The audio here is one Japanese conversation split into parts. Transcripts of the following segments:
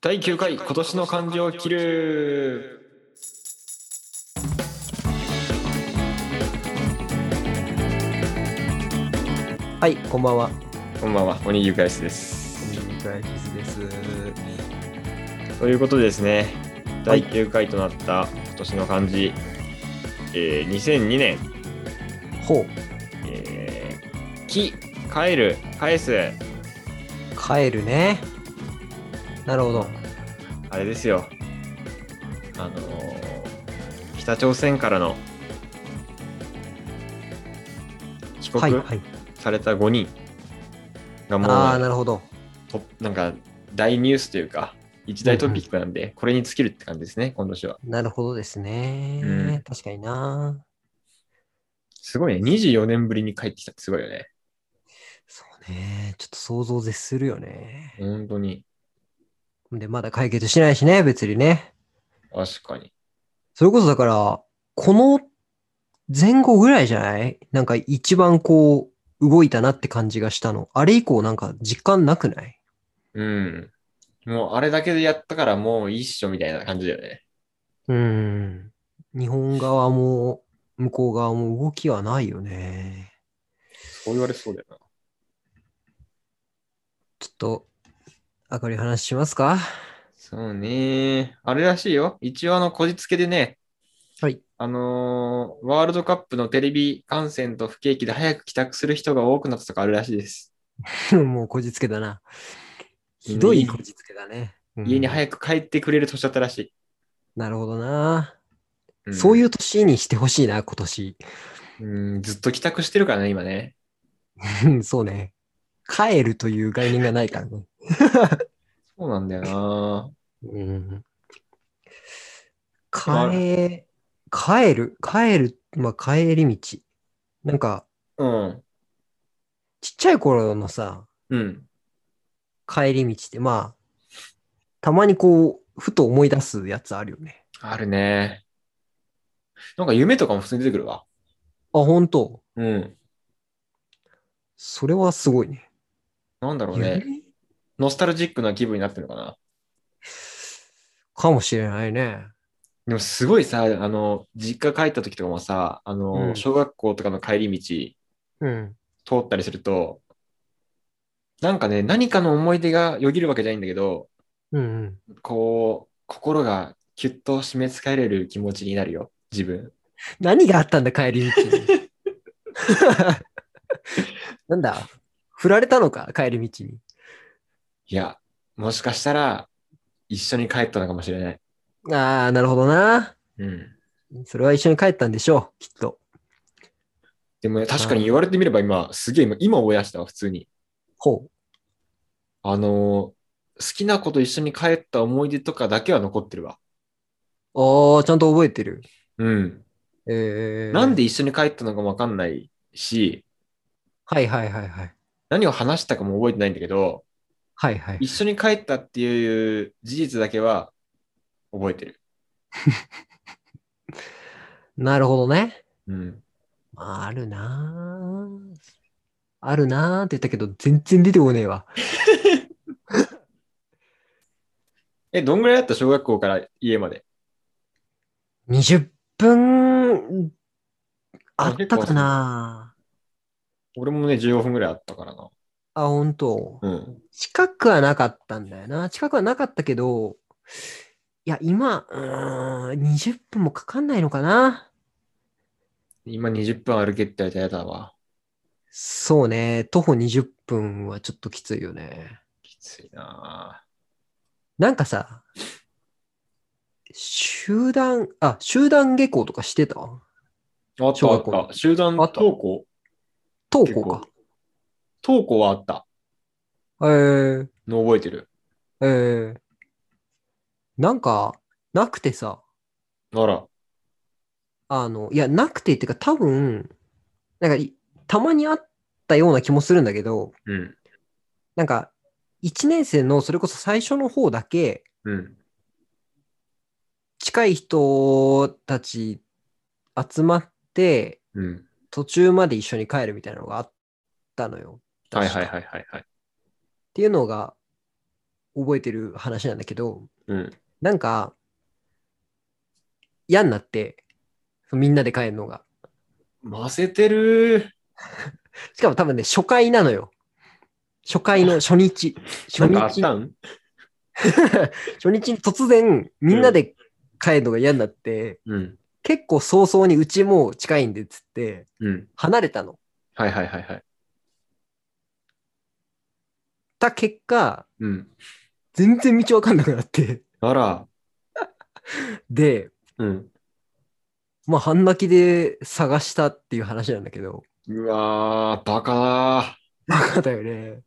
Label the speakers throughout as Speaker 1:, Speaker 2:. Speaker 1: 第9回今年の漢字を切る
Speaker 2: はい、こんばんは。
Speaker 1: こんばんは鬼ゆかしです
Speaker 2: ミニクライキスです。
Speaker 1: ということでですね
Speaker 2: は
Speaker 1: 第
Speaker 2: い
Speaker 1: 9回となった今年の漢字、えー、2002年
Speaker 2: ほう、
Speaker 1: 「えー、き」「帰る」「返す
Speaker 2: 帰るね。なるほど。」
Speaker 1: あれですよあのー北朝鮮からの帰
Speaker 2: はい、
Speaker 1: 国
Speaker 2: はい。
Speaker 1: された5人がもう、
Speaker 2: ああ、なるほど。
Speaker 1: トップなんか大ニュースというか一大トピックなんで、これに尽きるって感じですね今年は
Speaker 2: なるほどですね。
Speaker 1: うん
Speaker 2: 確かにな。
Speaker 1: すごいね24年ぶりに帰ってきたってすごいよね
Speaker 2: そうね。ちょっと想像を絶するよね。
Speaker 1: 本当に
Speaker 2: で、まだ解決してないしね、別にね。
Speaker 1: 確かに
Speaker 2: それこそだから、この前後ぐらいじゃないなんか一番こう、動いたなって感じがしたの。あれ以降なんか実感なくない
Speaker 1: うんもうあれだけでやったからもう一緒みたいな感じだよね
Speaker 2: うん。日本側も向こう側も動きはないよね。
Speaker 1: そう言われそうだよな
Speaker 2: ちょっと、明るい話しますか
Speaker 1: そうねあれらしいよ一応あのこじつけでね
Speaker 2: はい。
Speaker 1: あのーワールドカップのテレビ観戦と不景気で早く帰宅する人が多くなったとかあるらしいです。
Speaker 2: もうこじつけだな。ひどいこじつけだね。
Speaker 1: 家に
Speaker 2: っ
Speaker 1: 早く帰ってくれる年だったらしい。
Speaker 2: なるほどな。そう
Speaker 1: い
Speaker 2: いう年にしてほしいな、今年。
Speaker 1: うん、ずっと帰宅してるからね、今ね。
Speaker 2: うんそうね。帰るという概念がないからね。
Speaker 1: そうなんだよな。
Speaker 2: うん。
Speaker 1: まあ
Speaker 2: 帰、帰る、帰る、まあ、帰り道。なんか、
Speaker 1: うん。
Speaker 2: ちっちゃい頃のさ、
Speaker 1: うん。
Speaker 2: 帰り道って、まあ、たまにこう、ふと思い出すやつあるよね。
Speaker 1: あるね。なんか夢とかも普通に出てくるわ。
Speaker 2: あ、本当
Speaker 1: うん。
Speaker 2: それはすごいね。
Speaker 1: なんだろうね。
Speaker 2: 夢
Speaker 1: ノスタルジックな気分になってるのかな。
Speaker 2: かもしれないね。
Speaker 1: でもすごいさ、あの、実家帰った時とかもさ、あの、
Speaker 2: うん
Speaker 1: 小学校とかの帰り
Speaker 2: うん。
Speaker 1: 道通ったりすると、なんかね、何かの思い出がよぎるわけじゃないんだけど、
Speaker 2: うんうん。
Speaker 1: こう、心がキュッと締め付けられる気持ちになるよ、自分。
Speaker 2: 何があったんだ、帰り 道に。なんだ振られたのか、帰り道に。
Speaker 1: いや、もしかしたら、一緒に帰ったのかもしれない。
Speaker 2: ああ、なるほどな。
Speaker 1: うん。
Speaker 2: それは一緒に帰ったんでしょう、きっと。
Speaker 1: でもね、確かに言われてみれば今、すげえ今、今思い出したわ、普通に。
Speaker 2: ほう。
Speaker 1: あのー好きな子と一緒に帰った思い出とかだけは残ってるわ。
Speaker 2: おー、ちゃんと覚えてる。
Speaker 1: うん。
Speaker 2: えー、
Speaker 1: なんで一緒に帰ったのかもわかんないし、
Speaker 2: はいはいはいはい。
Speaker 1: 何を話したかも覚えてないんだけど、
Speaker 2: はいはい。
Speaker 1: 一緒に帰ったっていう事実だけは覚えてる。
Speaker 2: なるほどね。
Speaker 1: うん。
Speaker 2: まあ、あるなぁあるなぁって言ったけど、全然出てこねえわ。
Speaker 1: え、どんぐらいだった小学校から家まで。
Speaker 2: 20分あ
Speaker 1: あ
Speaker 2: ったかな
Speaker 1: 俺もね、15分ぐらいあったからな。
Speaker 2: あ、ほんと。
Speaker 1: うん。
Speaker 2: 近くはなかったんだよな。近くはなかったけど、いや、今、うーん、20分もかかんないのかな。
Speaker 1: 今20分歩けって言われたらやだわ。
Speaker 2: そうね。徒歩20分はちょっときついよね。
Speaker 1: きついなぁ
Speaker 2: なんかさ、集団、あ、集団下校とかしてた
Speaker 1: あった
Speaker 2: 小
Speaker 1: あ
Speaker 2: 学
Speaker 1: っ
Speaker 2: 校
Speaker 1: た。集団
Speaker 2: あった
Speaker 1: 登校
Speaker 2: 登校か。
Speaker 1: 登校はあった
Speaker 2: えー、
Speaker 1: の覚えてる。
Speaker 2: えー、なんか、なくてさ、
Speaker 1: あら。
Speaker 2: あの、いや、なくてっていうか、多分、なんかい、たまにあったような気もするんだけど、
Speaker 1: うん。
Speaker 2: なんか、1年生のそれこそ最初の方だけ、
Speaker 1: うん。
Speaker 2: 近い人たち集まって、
Speaker 1: うん。
Speaker 2: 途中まで一緒に帰るみたいなのがあったのよ。
Speaker 1: はいはい
Speaker 2: 確か
Speaker 1: はいはいはい。
Speaker 2: っていうのが覚えてる話なんだけど、
Speaker 1: うん。
Speaker 2: なんか、嫌になって、みんなで帰るのが。
Speaker 1: 混ぜてる
Speaker 2: しかも多分ね、初回なのよ。初回の初日。初
Speaker 1: なんかあっ
Speaker 2: 日、
Speaker 1: たん
Speaker 2: 初日に突然、みんなで帰るのが嫌になって、
Speaker 1: うん。
Speaker 2: 結構早々にうちもう近いんでっつって、
Speaker 1: うん。
Speaker 2: 離れたの。
Speaker 1: はいはいはいはい。
Speaker 2: た結果、
Speaker 1: うん。
Speaker 2: 全然道わかんなくなって、
Speaker 1: あら。
Speaker 2: で、
Speaker 1: うん。
Speaker 2: まあ半泣きで探したっていう話なんだけど、
Speaker 1: うわー、バカだ
Speaker 2: バカだよね。
Speaker 1: ー。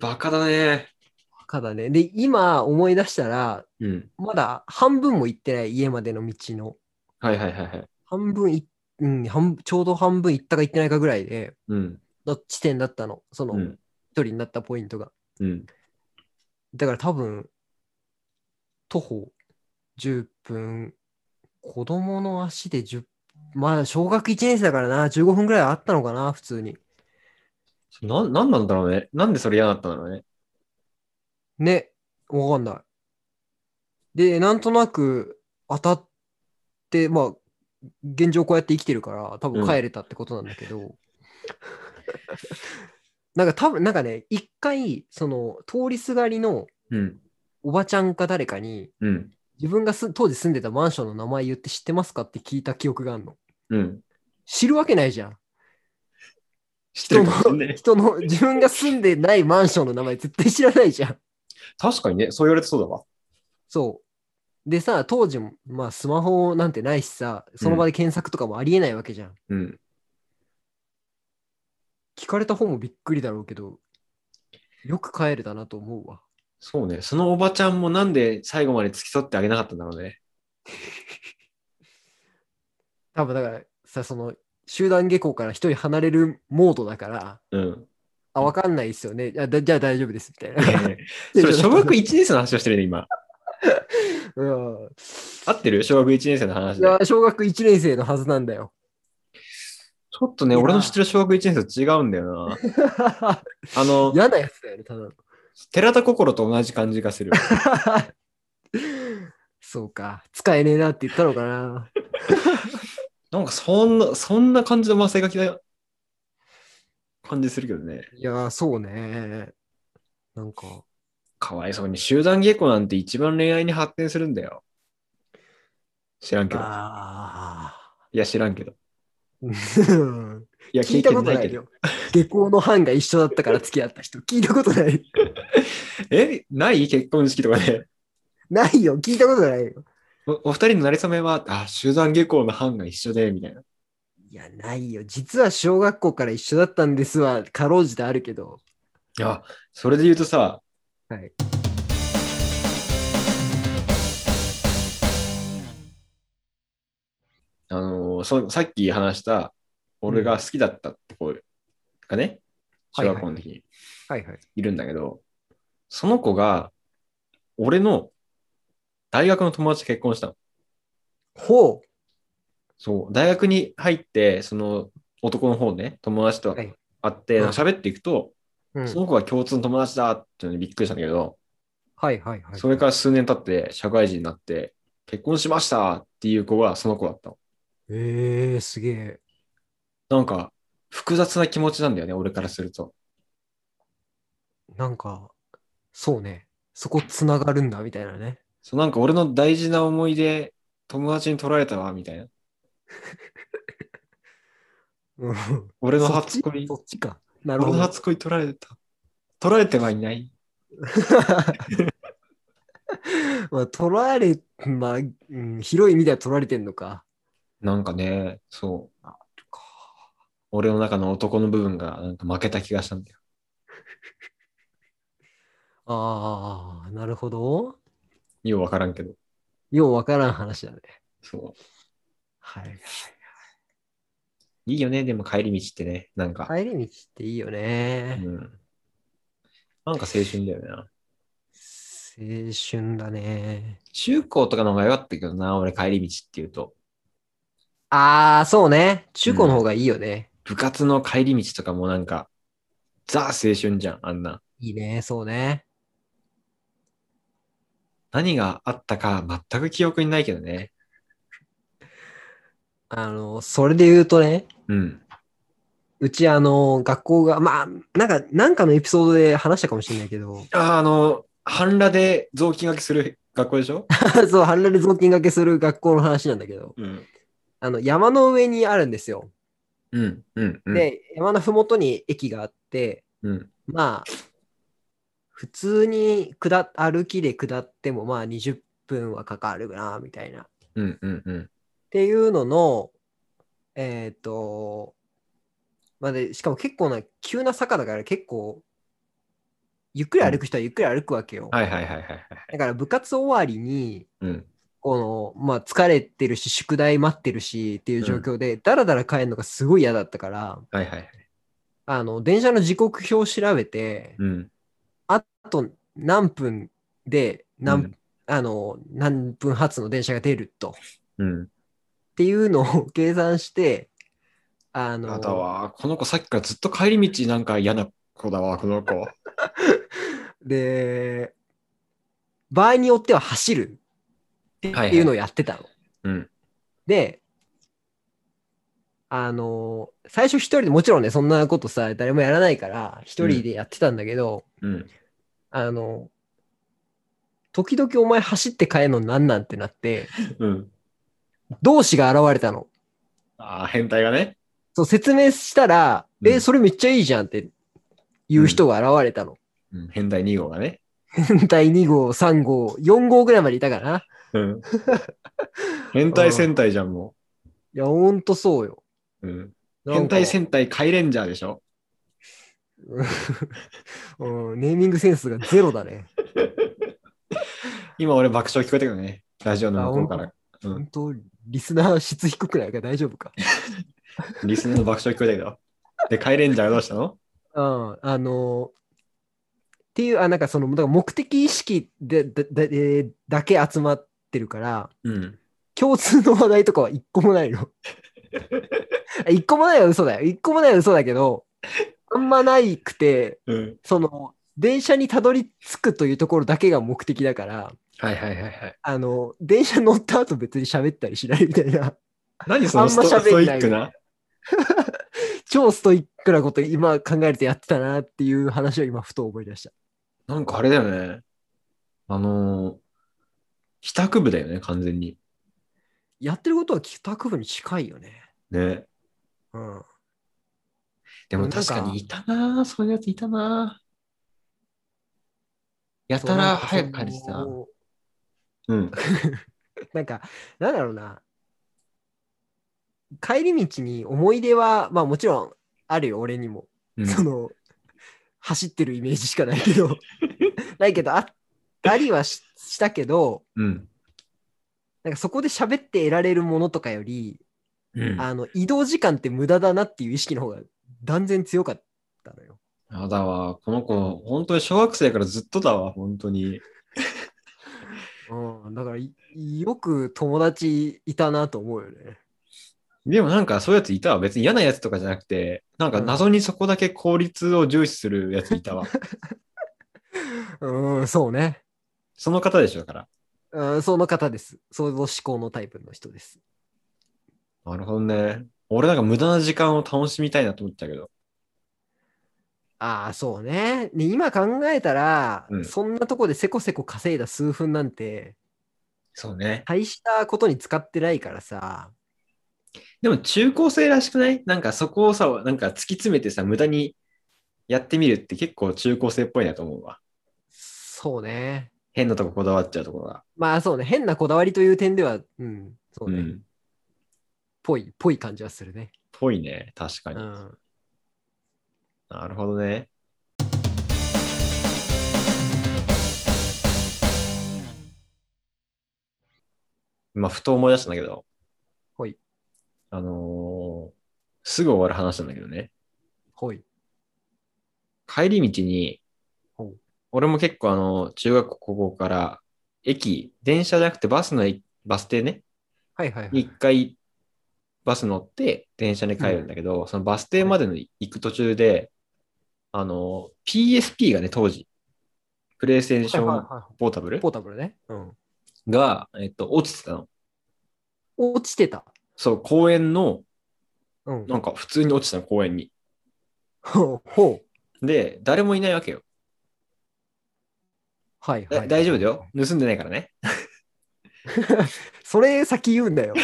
Speaker 1: バカだね。
Speaker 2: バカだね。で、今思い出したら、
Speaker 1: うん。
Speaker 2: まだ半分も行ってない家までの道の。
Speaker 1: はいはいはいはい。
Speaker 2: 半分い、うん、半ちょうど半分行ったか行ってないかぐらいで、
Speaker 1: うん。
Speaker 2: の地点だったの。その
Speaker 1: う
Speaker 2: 一
Speaker 1: ん。
Speaker 2: 人になったポイントが。
Speaker 1: うん。
Speaker 2: だから多分、徒歩10分、子供の足で10まあ小学1年生だからな、15分ぐらいあったのかな、普通に。
Speaker 1: な、なんなんだろうね。なんでそれ嫌だったんだろうね。
Speaker 2: ね、わかんない。で、なんとなく当たって、まあ、現状こうやって生きてるから、多分帰れたってことなんだけど、なんか多分、なんかね、一回、その、通りすがりの
Speaker 1: うん。
Speaker 2: おばちゃんか誰かに、
Speaker 1: うん。
Speaker 2: 自分がす当時住んでたマンションの名前言って知ってますかって聞いた記憶があるの。
Speaker 1: うん。
Speaker 2: 知るわけないじゃん。
Speaker 1: 知って
Speaker 2: 人
Speaker 1: るかもしん
Speaker 2: の、
Speaker 1: ない
Speaker 2: 人の、自分が住んでないマンションの名前絶対知らないじゃん。
Speaker 1: 確かにね、そう言われてそうだわ。
Speaker 2: そう。でさ、当時も、まあ、スマホなんてないしさ、その場で検索とかもありえないわけじゃん。
Speaker 1: うん。
Speaker 2: 聞かれた方もびっくりだろうけど、よく帰れたなと思うわ。
Speaker 1: そうね。そのおばちゃんもなんで最後まで付き添ってあげなかったんだろうね。
Speaker 2: 多分だからさ、その、集団下校から一人離れるモードだから、
Speaker 1: うん。
Speaker 2: あ、わかんないですよね。あだじゃあ大丈夫です、みたい
Speaker 1: い
Speaker 2: な。
Speaker 1: や いやそれ小学1年生の話をしてるね、今。
Speaker 2: うん
Speaker 1: 合ってる小学1年生の話
Speaker 2: い
Speaker 1: で。
Speaker 2: や小学1年生のはずなんだ よ。
Speaker 1: ちょっとね、
Speaker 2: いや
Speaker 1: 俺の知ってる小学1年生と違うんだよ な。あの、
Speaker 2: 嫌なやつだよね、ただの。
Speaker 1: 寺田心と同じ感じがする。
Speaker 2: そうか、使えねえなって言ったのかな。
Speaker 1: なんかそんな、そんな感じのマセガキな感じするけどね。
Speaker 2: いやー、そうね。なんか、
Speaker 1: かわいそうに。集団下校なんて一番恋愛に発展するんだよ。知らんけど。
Speaker 2: あ
Speaker 1: いや、知らんけど。
Speaker 2: ー
Speaker 1: いや、
Speaker 2: 聞
Speaker 1: 経
Speaker 2: いたこ
Speaker 1: 験
Speaker 2: と
Speaker 1: ない
Speaker 2: な
Speaker 1: け
Speaker 2: い
Speaker 1: ど。
Speaker 2: よ。下校の班が一緒だったから付き合った人、聞いたことない。
Speaker 1: え、ない結婚式とかね。
Speaker 2: ないよ、聞いたことないよ。
Speaker 1: おお二人の馴れ初めは、あ、集団下校の班が一緒で、みたいな。
Speaker 2: いや、ないよ。実は小学校から一緒だったんですわ、かろうじてあるけど。
Speaker 1: いや、それで言うとさ、
Speaker 2: はい。
Speaker 1: あのーそさっき話した、俺が好きだったって子がね、
Speaker 2: は
Speaker 1: 小
Speaker 2: いはい
Speaker 1: 学校の時に
Speaker 2: はいはい。
Speaker 1: いるんだけど、その子が、俺の大学の友達と結婚したの。
Speaker 2: ほ
Speaker 1: そう、大学に入って、その男の方ね、友達と会って、
Speaker 2: はい
Speaker 1: 喋っていくと、
Speaker 2: う。うん
Speaker 1: その子が共通の友達だっていうのにびっくりしたんだけど、
Speaker 2: はいはいはい。
Speaker 1: それから数年経って社会人になって、結婚しましたっていう子がその子だったの。
Speaker 2: えー、すげえ。
Speaker 1: なんか、複雑な気持ちなんだよね、俺からすると。
Speaker 2: なんか、そうね。そこつながるんだみたいなね。
Speaker 1: そうなんか俺の大事な思い出、友達に取られたわ、みたいな。
Speaker 2: うん
Speaker 1: 俺の初恋、
Speaker 2: そっちか。なる
Speaker 1: 俺
Speaker 2: ほ
Speaker 1: の
Speaker 2: ど。
Speaker 1: 初恋取られた。取られてはいない。
Speaker 2: まあ、取られ、まあ、うん、広い意味では取られてんのか。
Speaker 1: なんかね、そう。
Speaker 2: か
Speaker 1: 俺の中の男の部分がなんか負けた気がしたんだよ。
Speaker 2: ああ、なるほど。
Speaker 1: ようわからんけど。
Speaker 2: ようわからん話だね。
Speaker 1: そ
Speaker 2: はい。
Speaker 1: う。いいよね、でも帰り道ってね。なんか。
Speaker 2: 帰り道っていいよ
Speaker 1: う
Speaker 2: ね。
Speaker 1: ん。なんか青春だよな。
Speaker 2: 青春だね。
Speaker 1: 中高とかの方が良かったけどな、俺帰り道っていうと。
Speaker 2: ああ、そうね。中古の方がいいよね。
Speaker 1: 部活の帰り道とかもなんか、ザ青春じゃん、あんな。
Speaker 2: いいね、そうね。
Speaker 1: 何があったか全く記憶にないけどね。
Speaker 2: あの、それで言うとね、
Speaker 1: うん。
Speaker 2: うちあの、学校が、まあ、なんか、なんかのエピソードで話したかもしれないけど、
Speaker 1: あー、あの、半裸で雑巾がけする学校でしょ
Speaker 2: そう、半裸で雑巾掛けする学校の話なんだけど、
Speaker 1: うん。
Speaker 2: あの、山の上にあるんですよ。
Speaker 1: うん。うん。うん、
Speaker 2: で、山のふもとに駅があって、
Speaker 1: うん。
Speaker 2: まあ、普通に下歩きで下っても、まあ20分はかかるな、みたいな。っ
Speaker 1: うん。うん。うん。
Speaker 2: ていうのの、えっ、と、まあで、しかも結構な、急な坂だから結構、ゆっくり歩く人はゆっくり歩くわけよ。
Speaker 1: はいはいはいはいはい。
Speaker 2: だから部活終わりに、
Speaker 1: うん。
Speaker 2: この、まあ疲れてるし、宿題待ってるしっていう状況で、だらだら帰るのがすごい嫌だったから、
Speaker 1: はいはいはい。
Speaker 2: あの、電車の時刻表を調べて、
Speaker 1: うん。
Speaker 2: あと何分で何、
Speaker 1: うん
Speaker 2: あの何分発の電車が出るとっ
Speaker 1: うん。
Speaker 2: ていうのを計算して、あの
Speaker 1: あとは、この子さっきからずっと帰り道なんか嫌な子だわ、この子。
Speaker 2: で、場合によっては走るって
Speaker 1: はいはい
Speaker 2: いうのをやってたの。
Speaker 1: うん
Speaker 2: で、あの最初一人でもちろんね、そんなことさ、誰もやらないから、一人でやってたんだけど、
Speaker 1: うん。
Speaker 2: あの、時々お前走って帰るのなんなんってなって、
Speaker 1: うん。
Speaker 2: 同志が現れたの。
Speaker 1: ああ、変態がね。
Speaker 2: そう説明したら、
Speaker 1: うん
Speaker 2: え、それめっちゃいいじゃんっていう人が現れたの。
Speaker 1: うん、変態2号がね。
Speaker 2: 第2号、3号、4号ぐらいまでいたかな。
Speaker 1: うん。変態戦隊じゃん、も
Speaker 2: いや、ほんとそうよ。
Speaker 1: う。うん。
Speaker 2: なんか
Speaker 1: 変態戦隊カイレンジャーでしょ。
Speaker 2: うん、ネーミングセンスがゼロだね。
Speaker 1: 今俺爆笑聞こえたけどね。ラジオの向こうから。
Speaker 2: ほんと、リスナー質低くないか大丈夫か。
Speaker 1: リスナーの爆笑聞こえたけど。で、カイレンジャーがどうしたの
Speaker 2: うん、あのっていう、あ、なんかその、だから目的意識で、だ、だ、でだけ集まってるから、
Speaker 1: うん。
Speaker 2: 共通の話題とかは一個もないの。あ一個もないは嘘だよ。一個もないは嘘だけど、あんまないくて、
Speaker 1: うん。
Speaker 2: その、電車にたどり着くというところだけが目的だから、
Speaker 1: はいはいはいはい。
Speaker 2: あの、電車乗った後別に喋ったりしないみたいな、
Speaker 1: 何その
Speaker 2: あんま
Speaker 1: ストス
Speaker 2: 喋
Speaker 1: ト
Speaker 2: ん
Speaker 1: イ
Speaker 2: ない
Speaker 1: ックな。
Speaker 2: 超ストイックなこと今考えるとやってたなっていう話を今ふと思い出した。
Speaker 1: なんかあれだよね。あのー、帰宅部だよね、完全に。
Speaker 2: やってることは帰宅部に近いよね。
Speaker 1: ね。
Speaker 2: うん。
Speaker 1: でも確かにいたなぁそういうやついたなぁやたら早く帰ってた。
Speaker 2: そ
Speaker 1: う
Speaker 2: う
Speaker 1: ん。
Speaker 2: なんか、なんだろうな。帰り道に思い出は、まあもちろんあるよ、俺にも。
Speaker 1: うん
Speaker 2: その、走ってるイメージしかないけど、 ないけど、あったりはししたけど、
Speaker 1: うん。
Speaker 2: なんかそこで喋って得られるものとかより、
Speaker 1: うん。
Speaker 2: あの、移動時間って無駄だなっていう意識の方が断然強かったのよ。
Speaker 1: やだわ。この子、本当に小学生からずっとだわ、本当に。
Speaker 2: うん、だからいよく友達いたなと思うよね。
Speaker 1: でもなんかそういうやついたわ。別に嫌なやつとかじゃなくて、なんか謎にそこだけ効率を重視するやついたわ。
Speaker 2: うん、そうね。
Speaker 1: その方でしょ、だから。
Speaker 2: うん、その方です。その思考のタイプの人です。
Speaker 1: なるほどね。俺なんか無駄な時間を楽しみたいなと思ってたけど。
Speaker 2: ああ、そうね。ね今考えたら、
Speaker 1: うん
Speaker 2: そんなとこでせこせこ稼いだ数分なんて、
Speaker 1: そうね。
Speaker 2: 大したことに使ってないからさ。
Speaker 1: でも中高生らしくないなんかそこをさ、なんか突き詰めてさ、無駄にやってみるって結構中高生っぽいなと思うわ。
Speaker 2: そうね。
Speaker 1: 変なとここだわっちゃうところが。
Speaker 2: まあそうね。変なこだわりという点では、うん、そう
Speaker 1: う
Speaker 2: ね。
Speaker 1: ん。
Speaker 2: ぽい、ぽい感じはするね。
Speaker 1: ぽいね。確か
Speaker 2: う
Speaker 1: に。
Speaker 2: ん。
Speaker 1: なるほどね。今、ふと思い出したんだけど。
Speaker 2: ほい。
Speaker 1: あのーすぐ終わる話なんだけどね。
Speaker 2: ほい。
Speaker 1: 帰り道に
Speaker 2: ほう、
Speaker 1: 俺も結構あの、中学校高校から、駅、電車じゃなくてバスの駅、バス停ね、
Speaker 2: はいはいはい。
Speaker 1: 一回バス乗って電車で帰るんだけど、そのバス停までの行く途中で、あの、PSP がね、当時、プレイステーショ
Speaker 2: はいはい
Speaker 1: ン
Speaker 2: は
Speaker 1: ポータブ
Speaker 2: い
Speaker 1: ル
Speaker 2: ポータブルね。うん。
Speaker 1: が、えっと、落ちてたの。
Speaker 2: 落ちてた。
Speaker 1: そう、公園の、
Speaker 2: うん。
Speaker 1: なんか普通に落ちてたの、公園に。
Speaker 2: ほうほう。
Speaker 1: で、誰もいないわけよ。
Speaker 2: はい
Speaker 1: だ
Speaker 2: はい。
Speaker 1: 大丈夫だよ。。盗んでないからね。
Speaker 2: それ先言うんだよ。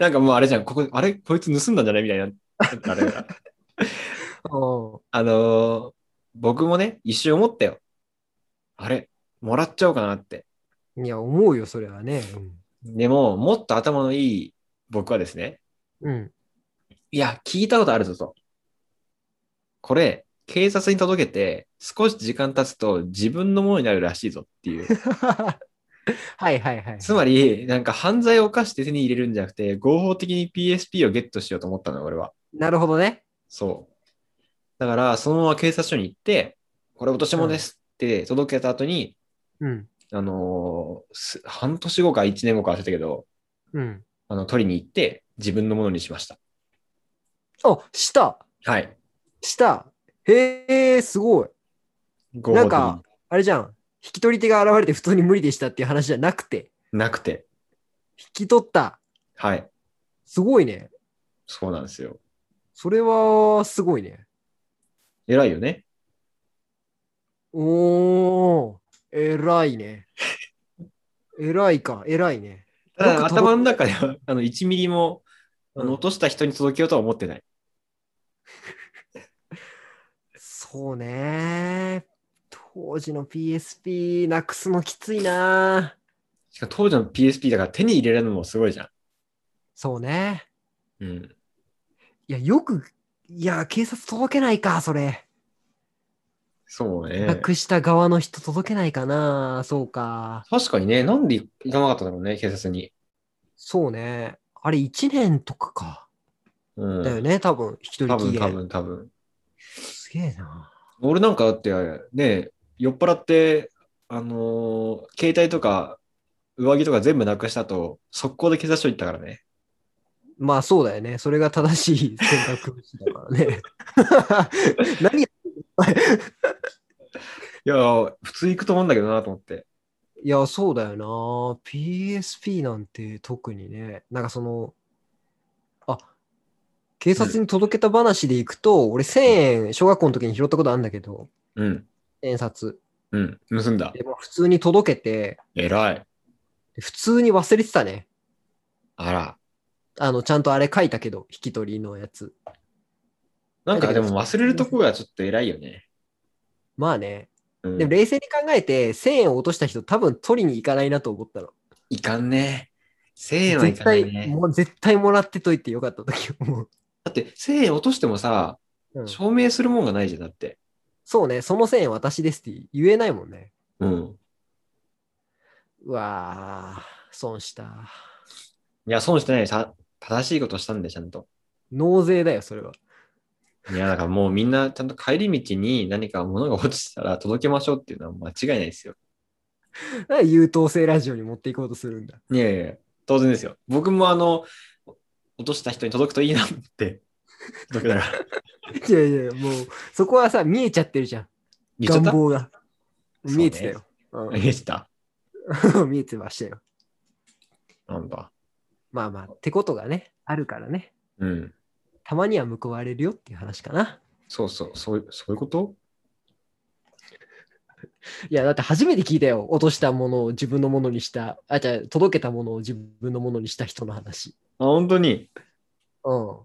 Speaker 1: なんかもうあれじゃん、ここ、あれこいつ盗んだんじゃないみたいな。あれが
Speaker 2: うん。
Speaker 1: あのー僕もね、一瞬思ったよ。あれもらっちゃおうかなって。
Speaker 2: いや、思うよ、それはね。
Speaker 1: でも、もっと頭のいい僕はですね、
Speaker 2: うん。うん、
Speaker 1: いや、聞いたことあるぞと。これ、警察に届けて、少し時間経つと自分のものになるらしいぞっていう。
Speaker 2: はいはいはい。
Speaker 1: つまり、なんか犯罪を犯して手に入れるんじゃなくて、合法的に PSP をゲットしようと思ったのよ、俺は。
Speaker 2: なるほどね。
Speaker 1: そう。だから、そのまま警察署に行って、これ落とし物ですって届けた後に、
Speaker 2: うん。
Speaker 1: あのーす半年後か1年後か忘れたけど、
Speaker 2: うん。
Speaker 1: あの、取りに行って、自分のものにしました。
Speaker 2: あ、した。
Speaker 1: はい。
Speaker 2: した。へえ、すごい。
Speaker 1: 合
Speaker 2: な
Speaker 1: 法
Speaker 2: ん
Speaker 1: 的
Speaker 2: か
Speaker 1: に
Speaker 2: あれじゃん。引き取り手が現れて普通に無理でしたっていう話じゃなくて、
Speaker 1: なくて。
Speaker 2: 引き取った。
Speaker 1: はい。
Speaker 2: すごいね。
Speaker 1: そうなんですよ。
Speaker 2: それは、すごいね。
Speaker 1: 偉いよね。
Speaker 2: おー、偉い ね。偉いか、偉いね。
Speaker 1: ただ
Speaker 2: よく届く
Speaker 1: 頭の中では、 あの、1ミリも、あ
Speaker 2: うん
Speaker 1: の、落とした人に届けようとは思ってない。
Speaker 2: そうね。当時の PSP なくすのきついな。
Speaker 1: しかも当時の PSP だから手に入れるのもすごいじゃん。
Speaker 2: そうね。
Speaker 1: うん。
Speaker 2: いや、よく、いや、警察届けないか、それ。
Speaker 1: そう
Speaker 2: な
Speaker 1: ね。
Speaker 2: くした側の人届けないかな。そうか。
Speaker 1: 確かにね、なんで行かなかったんだろうね、警察に。
Speaker 2: そうね。あれ、1年とかか。
Speaker 1: うん。
Speaker 2: だよね、多分、引き取
Speaker 1: 多
Speaker 2: り期
Speaker 1: 分、
Speaker 2: 限。
Speaker 1: 多分、多分。
Speaker 2: すげえな。
Speaker 1: 俺なんかだって、ね、酔っ払って、あのー携帯とか、上着とか全部なくした後、速攻で警察署行ったからね。
Speaker 2: まあそうだよね。それが正しい選択肢だか らね。何
Speaker 1: い
Speaker 2: や
Speaker 1: やー、普通行くと思うんだけどなと思って。
Speaker 2: いや、そうだよな。PSP なんて特にね、なんかその、あ、警察に届けた話でいくと、俺1000円、小学校の時に拾ったことあるんだけど、
Speaker 1: うん。
Speaker 2: 1000円札。
Speaker 1: うん。盗んだ。
Speaker 2: でまあ普通に届けて、
Speaker 1: 偉い。
Speaker 2: 普通に忘れてたね。
Speaker 1: あら。
Speaker 2: あの、ちゃんとあれ書いたけど、引き取りのやつ。
Speaker 1: なんかでも忘れるとこがちょっと偉いよね。
Speaker 2: まあね。
Speaker 1: うん。
Speaker 2: でも冷静に考えて、1000円を落とした人多分取りに行かないなと思ったの。
Speaker 1: いかんね。1000円はい
Speaker 2: 絶
Speaker 1: かな
Speaker 2: 対、
Speaker 1: いね。
Speaker 2: もう絶対もらってといてよかった時思う。
Speaker 1: だって1000円落としてもさ、
Speaker 2: うん
Speaker 1: 証明するもんがないじゃん、だって。
Speaker 2: そうね、その1000円私ですって言えないもんね。
Speaker 1: うん。
Speaker 2: うわあ、損した。
Speaker 1: いや、損してないさ、正しいことしたんで、ちゃんと。
Speaker 2: 納税だよ、それは。
Speaker 1: いや、だからもうみんな、ちゃんと帰り道に何か物が落ちたら届けましょうっていうのは間違いないですよ。
Speaker 2: なんで優等生ラジオに持っていこうとするんだ。
Speaker 1: いやいやいや当然ですよ。僕もあの、落とした人に届くといいなって、届 けたら、
Speaker 2: いやいや、もう、そこはさ、見えちゃってるじゃん。
Speaker 1: 言っちゃ
Speaker 2: 願
Speaker 1: った
Speaker 2: 望が。
Speaker 1: そうね
Speaker 2: 見えてたよ。う
Speaker 1: 言っちゃった
Speaker 2: ん 見えてましたよ。
Speaker 1: なんだ。
Speaker 2: まあまあ、ってことがね、あるからね。
Speaker 1: うん。
Speaker 2: たまには報われるよっていう話かな。
Speaker 1: そうそう、そういう、そういうこと
Speaker 2: いや、だって初めて聞いたよ。落としたものを自分のものにした、あ、じゃあ届けたものを自分のものにした人の話。
Speaker 1: あ、本当に、
Speaker 2: うん。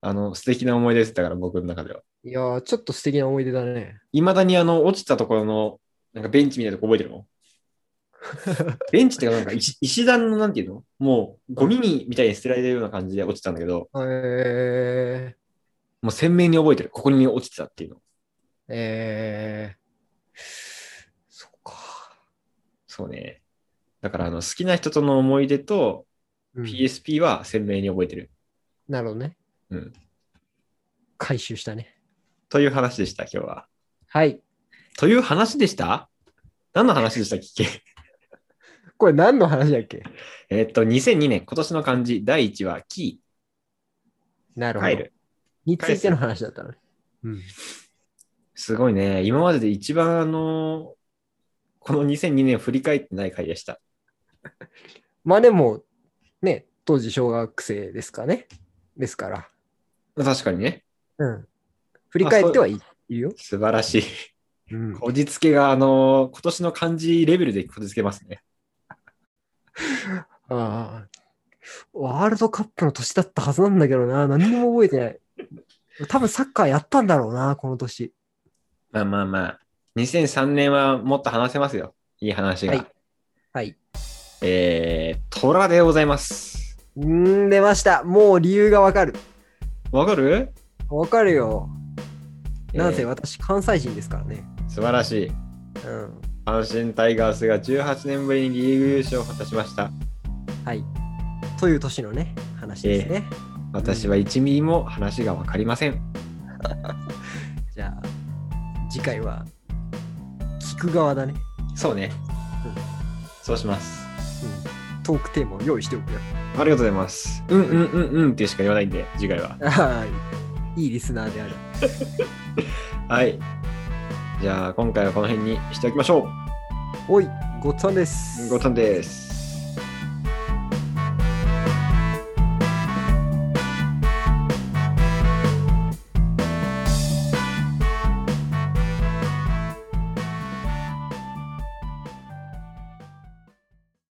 Speaker 1: あの、素敵な思い出です。だから僕の中では。
Speaker 2: いやー、ちょっと素敵な思い出だね。
Speaker 1: いまだにあの、落ちたところの、なんかベンチみたいなとこ覚えて るのベンチっていうか、なんか石石段のなんていうのもう、ゴミにみたいに捨てられるような感じで落ちたんだけど、
Speaker 2: えー、
Speaker 1: もう鮮明に覚えてる。ここに落ちてたっていうの。
Speaker 2: えー、そっか。
Speaker 1: そうね。だから、あの、好きな人との思い出と
Speaker 2: うん
Speaker 1: PSP は鮮明に覚えてる。
Speaker 2: なるほどね。
Speaker 1: うん。
Speaker 2: 回収したね。
Speaker 1: という話でした、今日は。
Speaker 2: はい。
Speaker 1: という話でした何の話でしたっけ
Speaker 2: これ何の話だっけ
Speaker 1: えっと、2002年、今年の漢字、第1話、キ
Speaker 2: な
Speaker 1: ー、
Speaker 2: るほ
Speaker 1: 帰
Speaker 2: ど
Speaker 1: る。。
Speaker 2: についての話だったのね。うん。
Speaker 1: すごいね。今までで一番あの、この2002年を振り返ってない回でした。
Speaker 2: まあでも、ね、当時小学生ですかね。ですから。
Speaker 1: 確かにね。
Speaker 2: うん。振り返ってはいいいるよ。
Speaker 1: 素晴らしい。
Speaker 2: うん。
Speaker 1: こじつけが、あの、今年の漢字レベルでこじつけますね。
Speaker 2: ああ。ワールドカップの年だったはずなんだけどな。何にも覚えてない。多分サッカーやったんだろうな、この年。
Speaker 1: まあまあまあ。2003年はもっと話せますよ。いい話が。
Speaker 2: はいはい。
Speaker 1: えー、虎でございます。
Speaker 2: うーん、出ました。もう理由がわかる。
Speaker 1: わかる
Speaker 2: わかるよ。なんせ
Speaker 1: えー
Speaker 2: 私、関西人ですからね。
Speaker 1: 素晴らしい。
Speaker 2: うん。
Speaker 1: 阪神タイガースが18年ぶりにリーグ優勝を果たしました。
Speaker 2: はい。という年のね、話ですね。
Speaker 1: 私は1ミリも話がわかりません。
Speaker 2: じゃあ、次回は、聞く側だね。
Speaker 1: そうね
Speaker 2: うん。
Speaker 1: そうします。
Speaker 2: うん。トークテーマを用意しておくよ。
Speaker 1: ありがとうございます。うんうんうんうんってしか言わないんで、次回は。
Speaker 2: はい。いいリスナーである。
Speaker 1: はい。じゃあ、今回はこの辺にしておきましょ
Speaker 2: おい、ごっつぁんです。
Speaker 1: う。ごたんです。